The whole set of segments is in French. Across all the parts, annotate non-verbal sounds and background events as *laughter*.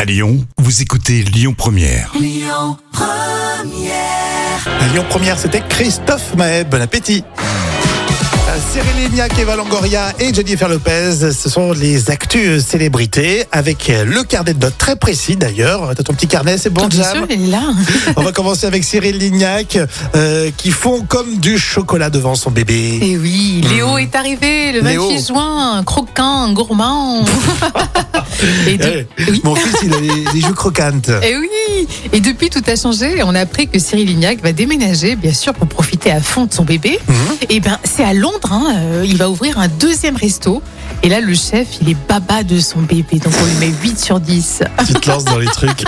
À Lyon, vous écoutez Lyon Première. La Lyon Première, c'était Christophe Maé. Bon appétit. Euh, Cyril Lignac, Eva Longoria et Jennifer Lopez, ce sont les actus euh, célébrités avec euh, le carnet de notes très précis d'ailleurs. T'as ton petit carnet, c'est bon, Bien Jam sûr, elle *laughs* est là. On va commencer avec Cyril Lignac euh, qui fond comme du chocolat devant son bébé. Et oui, Léo est arrivé le 28 Eh Léo. juin, *laughs* croquant, gourmand. et, de- Eh, oui. Mon fils, il a les, les joues croquantes. *laughs* Eh oui, et depuis tout a changé. On a appris que Cyril Lignac va déménager, bien sûr, pour profiter à fond de son bébé. Mhm. Et ben, c'est à Londres. hein, euh, Il va ouvrir un deuxième resto. Et là, le chef, il est baba de son bébé, donc on lui met 8 sur 10. Tu te lances dans les *laughs* trucs.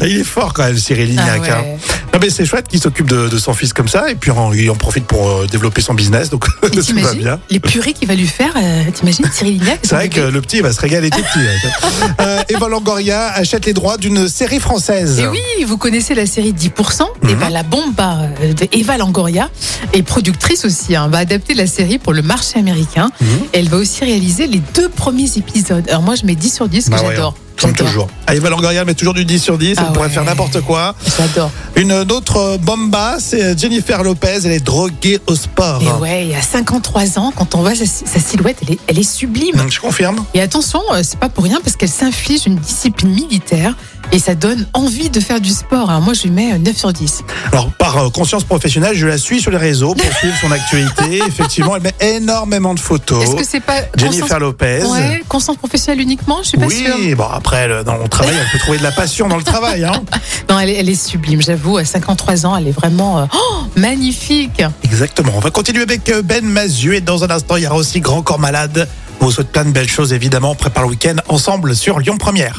il est fort quand même, Cyril Lignac. Ah hein. ouais. Non mais c'est chouette qu'il s'occupe de, de son fils comme ça et puis en- il en profite pour euh, développer son business donc *laughs* Et tout va t'imagines bien. les purées qu'il va lui faire, euh, t'imagines Cyril Lignac C'est son vrai que bébé le petit il va se régaler tout petit. *laughs* hein. euh, Eva Longoria achète les droits d'une série française. Et Eh oui, vous connaissez la série 10%, et Hein. Mhm. ben la bomba euh, de Eva Langoria, et productrice aussi, hein, va adapter la série pour le marché américain. Mhm. Elle va aussi réaliser les deux premiers épisodes. Alors moi, je mets 10 sur 10, que Bah ouais, j'adore. Comme J'adore. toujours. Ah, Eva Longoria met toujours du 10 sur 10, elle Ah pourrait ouais. faire n'importe quoi. J'adore. Une autre euh, bomba, c'est Jennifer Lopez, elle est droguée au sport. Et Eh ouais, à 53 ans, quand on voit sa, sa silhouette, elle est, elle est sublime. Donc, Je confirme. Et attention, euh, c'est pas pour rien parce qu'elle s'inflige une discipline militaire et ça donne envie de faire du sport. Alors moi, je lui mets euh, 9 sur 10. Alors par euh, conscience professionnelle, je la suis sur les réseaux pour suivre son *laughs* actualité. Effectivement, elle met énormément de photos. Est-ce que c'est pas conscience, Oh. Jennifer Lopez. ouais, conscience professionnelle uniquement Je suis pas oui, sûre. bon après le- dans le travail, on peut trouver de la passion dans le travail. Hein. Non, elle est, elle est sublime, j'avoue. À 53 ans, elle est vraiment euh, oh, magnifique. Exactement. On va continuer avec euh, Ben Mazu et dans un instant, il y aura aussi Grand Corps Malade. On vous souhaite plein de belles choses évidemment. On prépare le week-end ensemble sur Lyon Première.